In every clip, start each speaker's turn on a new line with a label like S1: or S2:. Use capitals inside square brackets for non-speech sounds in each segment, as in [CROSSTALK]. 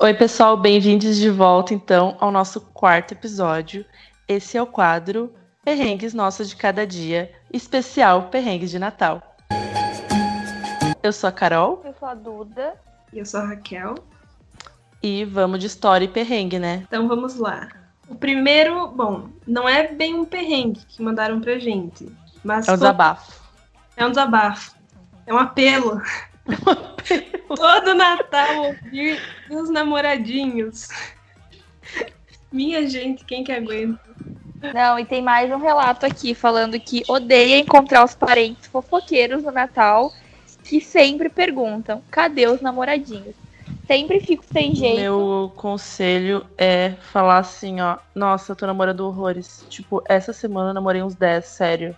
S1: Oi, pessoal, bem-vindos de volta então ao nosso quarto episódio. Esse é o quadro Perrengues Nossos de Cada Dia, especial Perrengues de Natal. Eu sou a Carol
S2: Eu sou a Duda.
S3: E eu sou a Raquel.
S1: e vamos de história e perrengue, né?
S3: Então vamos lá. O primeiro, bom, não é bem um perrengue que mandaram pra gente, mas
S1: É um
S3: foi-
S1: desabafo.
S3: é um desabafo. É
S1: [LAUGHS]
S3: um apelo. Todo Natal ouvir os namoradinhos. Minha gente, quem que aguenta?
S2: Não, e tem mais um relato aqui falando que odeia encontrar os parentes fofoqueiros no Natal que sempre perguntam: cadê os namoradinhos? Sempre fico sem jeito.
S1: Meu conselho é falar assim, ó. Nossa, eu tô namorando horrores. Tipo, essa semana eu namorei uns 10, sério.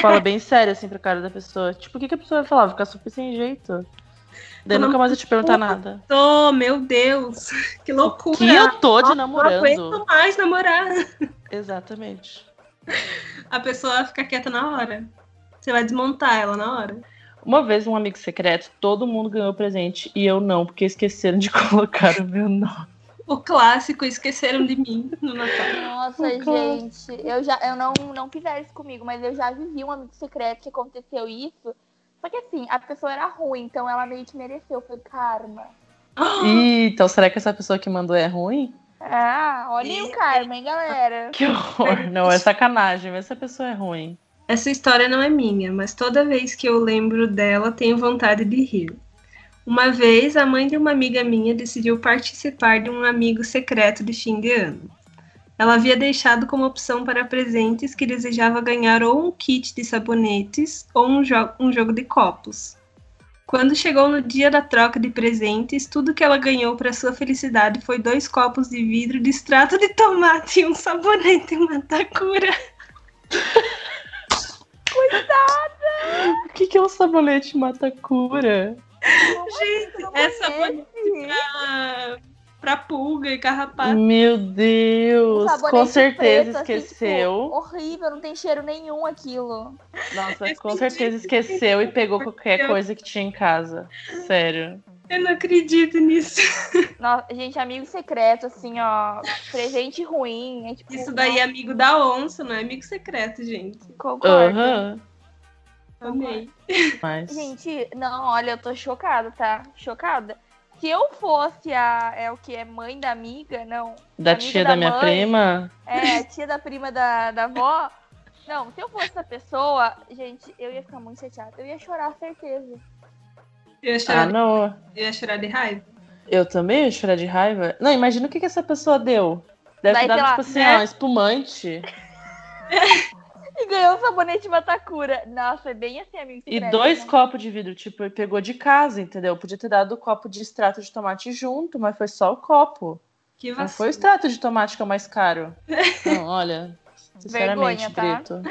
S1: Fala bem sério, assim, pra cara da pessoa. Tipo, o que, que a pessoa vai falar? Vai Ficar super sem jeito. Daí
S3: Tô
S1: nunca mais eu te perguntar nada.
S3: Tô, meu Deus, que loucura!
S1: Que eu tô de
S3: Não
S1: namorando.
S3: aguento mais namorar.
S1: Exatamente.
S3: A pessoa fica quieta na hora. Você vai desmontar ela na hora.
S1: Uma vez um amigo secreto, todo mundo ganhou presente e eu não, porque esqueceram de [LAUGHS] colocar o meu
S2: [GASPS]
S1: nome.
S3: O clássico esqueceram de mim no Natal.
S2: Nossa,
S1: Nunca.
S2: gente, eu já eu não, não fizeram isso comigo, mas eu já vivi um amigo secreto que aconteceu isso. Só que assim, a pessoa era ruim, então ela meio que mereceu, foi karma.
S1: Ih, então será que essa pessoa que mandou é ruim?
S2: Ah, olha aí o karma, hein, galera?
S1: Que horror. Não, é sacanagem, mas essa pessoa é ruim.
S3: Essa história não é minha, mas toda vez que eu lembro dela, tenho vontade de rir. Uma vez, a mãe de uma amiga minha decidiu participar de um amigo secreto de fim de ano. Ela havia deixado como opção para presentes que desejava ganhar ou um kit de sabonetes ou um, jo- um jogo de copos. Quando chegou no dia da troca de presentes, tudo que ela ganhou para sua felicidade foi dois copos de vidro de extrato de tomate e um sabonete matacura.
S1: O que, que é um sabonete matacura?
S3: Gente,
S2: Como
S3: é
S2: assim?
S3: sabonete pra, pra pulga e carrapato.
S1: Meu
S2: Um
S1: Deus,
S2: sabonete
S1: com certeza
S2: preto, assim,
S1: esqueceu.
S2: tipo, horrível, não tem cheiro nenhum aquilo.
S1: Nossa,
S3: Eu
S1: com
S3: senti
S1: certeza
S2: tipo
S1: esqueceu e pegou qualquer coisa que tinha em casa. Sério.
S3: Eu não acredito nisso.
S2: Nossa, gente, amigo secreto, assim, ó. Presente ruim. É, tipo,
S3: Isso daí é amigo da onça, não é amigo secreto, gente.
S2: Concordo.
S1: Aham.
S3: Amei.
S1: Mas.
S2: Gente, não, olha, eu tô chocada, tá? Chocada. Se eu fosse a. É o que? É mãe da amiga? Não.
S1: Da
S2: amiga
S1: tia
S2: da
S1: da minha
S2: mãe.
S1: prima? [LAUGHS]
S2: É, a tia da prima da, da avó. Não, se eu fosse essa pessoa, gente, eu ia ficar muito chateada. Eu ia chorar, certeza.
S3: Eu ia chorar,
S1: Ah, não.
S3: eu ia chorar de raiva.
S1: Eu também ia chorar de raiva. Não, imagina o que, que essa pessoa deu. Deve ter
S2: Vai,
S1: dado,
S2: sei lá,
S1: tipo assim,
S3: né?
S1: ó, espumante
S2: E ganhou o sabonete Matacura. Nossa, é bem assim, amigo.
S1: e
S2: secreto,
S1: dois
S2: né?
S1: copos de vidro. Tipo, ele pegou de casa, entendeu? Podia ter dado o copo de extrato de tomate junto, mas foi só o copo.
S3: Que
S1: Não foi o
S3: vacilo.
S1: extrato de tomate que é o mais caro. Não, olha, sinceramente,
S2: Vergonha, tá?
S1: Brito.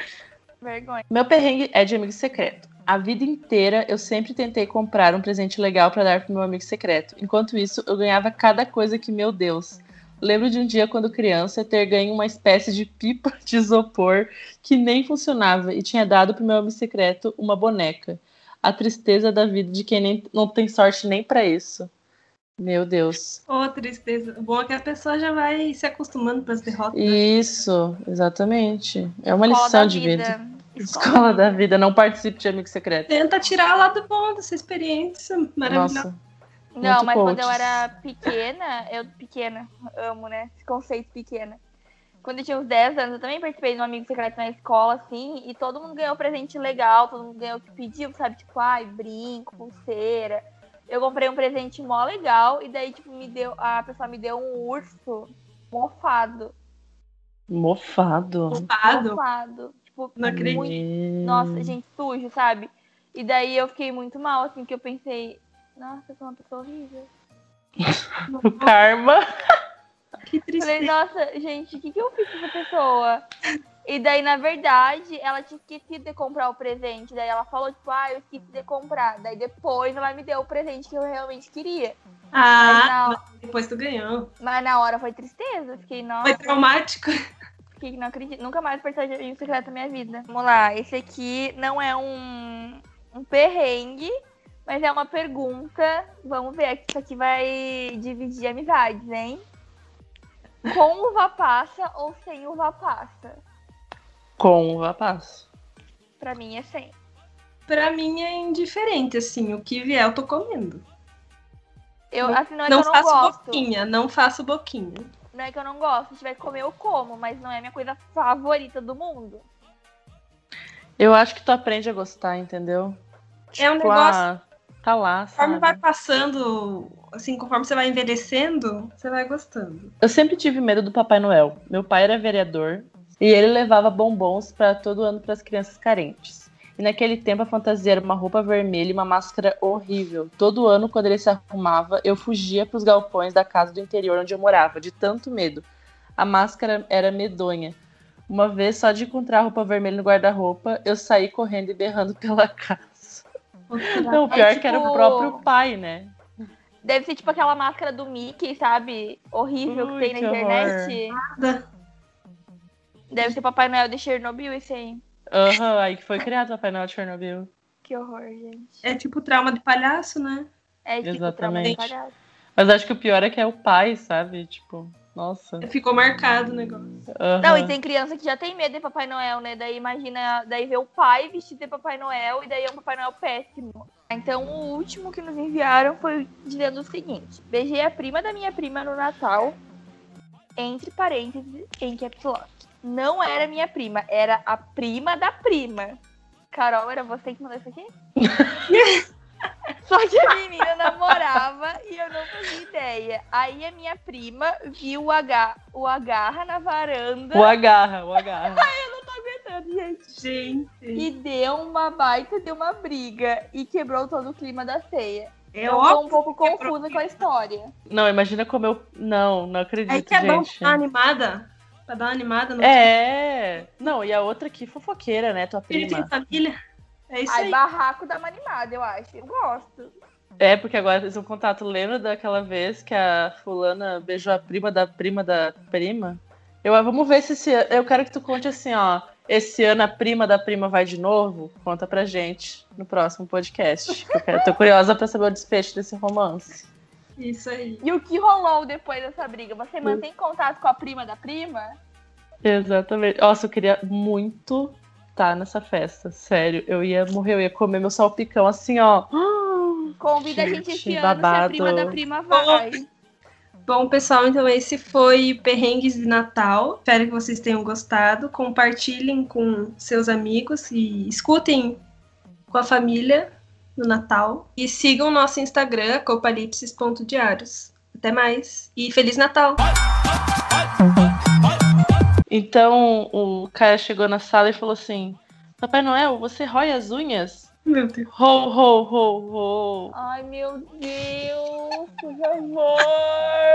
S2: Vergonha.
S1: Meu perrengue é de amigo secreto. A vida inteira eu sempre tentei comprar um presente legal pra dar pro meu amigo secreto. Enquanto isso, eu ganhava cada coisa que, meu Deus. Lembro de um dia, quando criança, ter ganho uma espécie de pipa de isopor que nem funcionava e tinha dado pro meu amigo secreto uma boneca. A tristeza da vida de quem nem- não tem sorte nem pra isso. Meu Deus.
S3: Ô, tristeza. O bom é que a pessoa já vai se acostumando pras derrotas. né?
S1: Isso, exatamente. É uma
S2: Escola
S1: lição
S2: da
S1: de vida.
S2: Escola
S1: Escola da vida, não participe de amigo secreto.
S3: Tenta tirar lá do bom dessa experiência maravilhosa.
S1: Nossa.
S2: Não,
S1: Muito
S2: mas quando eu
S1: coaches.
S2: era pequena, eu pequena, amo, né? Esse conceito pequena. Quando eu tinha uns 10 anos, eu também participei de um amigo secreto na escola, assim, e todo mundo ganhou presente legal, todo mundo ganhou o que pediu, sabe? Tipo, ai, brinco, pulseira. Eu comprei um presente mó legal, e daí, tipo, me deu, a pessoa me deu um urso mofado.
S1: Mofado.
S3: Culpado.
S2: Mofado. Tipo,
S3: Não acredito.
S2: muito
S1: Hum.
S2: nossa, gente, sujo, sabe? E daí eu fiquei muito mal, assim, que eu pensei, nossa, eu sou uma pessoa horrível.
S1: O karma.
S3: Que
S2: Falei,
S3: tristeza.
S2: nossa, gente, o que, que eu fiz com essa pessoa? E daí, na verdade, ela tinha esquecido de comprar o presente. Daí ela falou, tipo, ah, eu esqueci de comprar. Daí depois ela me deu o presente que eu realmente queria. Mas,
S3: Ah,
S2: na,
S3: depois tu ganhou.
S2: mas na hora foi tristeza. Fiquei, nossa,
S3: Foi traumático. [LAUGHS]
S2: Fiquei que não acredito. Nunca mais participei de amigo secreto na minha vida. Vamos lá, esse aqui não é um, um perrengue, Mas é uma pergunta. Vamos ver aqui. Isso aqui vai dividir amizades, hein? Com uva passa ou sem uva passa?
S1: Com uva passa.
S2: Pra mim é sem.
S3: Pra mim é indiferente, assim, o que vier eu tô comendo.
S2: Eu,
S3: Não-
S2: assim, não é
S3: não um
S2: que eu não
S3: faço
S2: gosto.
S3: boquinha, não faço boquinha.
S2: Não é que eu não gosto. Se tiver que comer, eu como. Mas não é a minha coisa favorita do mundo.
S1: Eu acho que tu aprende a gostar, entendeu?
S3: É um
S1: Tipo, ah, tá lá,
S3: Conforme
S1: sabe?
S3: vai passando, assim, conforme você vai envelhecendo, você vai gostando.
S1: Eu sempre tive medo do Papai Noel. Meu pai era vereador e ele levava bombons para todo ano para as crianças carentes. E naquele tempo a fantasia era uma roupa vermelha e uma máscara horrível. Todo ano, quando ele se arrumava, eu fugia para os galpões da casa do interior onde eu morava, de tanto medo. A máscara era medonha. Uma vez, só de encontrar a roupa vermelha no guarda-roupa, eu saí correndo e berrando [LAUGHS] pela casa. Não, o pior que era o
S2: tipo-
S1: próprio pai, né?
S2: Deve ser tipo aquela máscara do Mickey, sabe? Horrível
S1: Ui,
S2: que tem na
S1: que
S2: internet.
S3: Nada.
S2: Deve ser Papai Noel de Chernobyl, isso aí.
S1: Aham, aí que foi criado o Papai Noel de Chernobyl.
S2: Que horror, gente.
S3: É tipo trauma de palhaço, né?
S2: É tipo
S1: Exatamente.
S2: trauma de palhaço.
S1: Mas acho que o pior é que é o pai, sabe? Tipo, nossa.
S3: Ficou marcado o negócio.
S1: aham.
S2: Não, e tem criança que já tem medo de Papai Noel, né? Daí imagina, daí vê o pai vestido de Papai Noel e daí é um Papai Noel péssimo. Então o último que nos enviaram foi dizendo o seguinte: beijei a prima da minha prima no Natal, entre parênteses, em caps lock. Não era minha prima, era a prima da prima. Carol, era você que mandou isso
S3: [LAUGHS]
S2: aqui? Só que a menina namorava e eu não fazia ideia. Aí a minha prima viu o, aga o agarra na varanda.
S1: O agarra, o agarra.
S3: Gente,
S2: E deu uma baita de uma briga e quebrou todo o clima da ceia.
S3: é
S2: eu tô um
S3: óbvio.
S2: pouco
S3: que quebrou
S2: confusa
S3: o
S2: com a história.
S1: Não, imagina como eu. Não, não acredito,
S3: É que é bom
S1: gente.
S3: pra dar uma animada. Pra dar uma animada no
S1: É. Não, e a outra aqui, fofoqueira, né? Tua
S3: espírito
S1: prima.
S3: em família. É isso
S2: Aí
S3: aí.
S2: barraco dá uma animada, eu acho. Eu gosto.
S1: É, porque agora eles um contato. Lembra daquela vez que a fulana beijou a prima da prima da prima? Eu, ah, vamos ver se esse, eu quero que tu conte assim, ó. Esse ano a prima da prima vai de novo? Conta pra gente no próximo podcast. que Eu quero- tô curiosa pra saber o desfecho desse romance.
S3: Isso aí.
S2: E o que rolou depois dessa briga? Você
S3: Hum.
S2: mantém contato com a prima da prima?
S1: Exatamente. Nossa, eu queria muito estar nessa festa. Sério, eu ia morrer, eu ia comer meu salpicão assim, ó.
S2: Convida a gente
S1: Gente,
S2: esse ano
S1: babado.
S2: se a prima da prima vai.
S3: Bom, pessoal, então esse foi Perrengues de Natal. Espero que vocês tenham gostado. Compartilhem com seus amigos e escutem com a família no Natal. E sigam nosso Instagram, copalipses.diários. Até mais e Feliz Natal!
S1: Então o cara chegou na sala e falou assim: Papai Noel, você rói as unhas?
S3: Meu Deus.
S1: Rou, rou, rou, rou.
S2: Ai, meu Deus, que horror!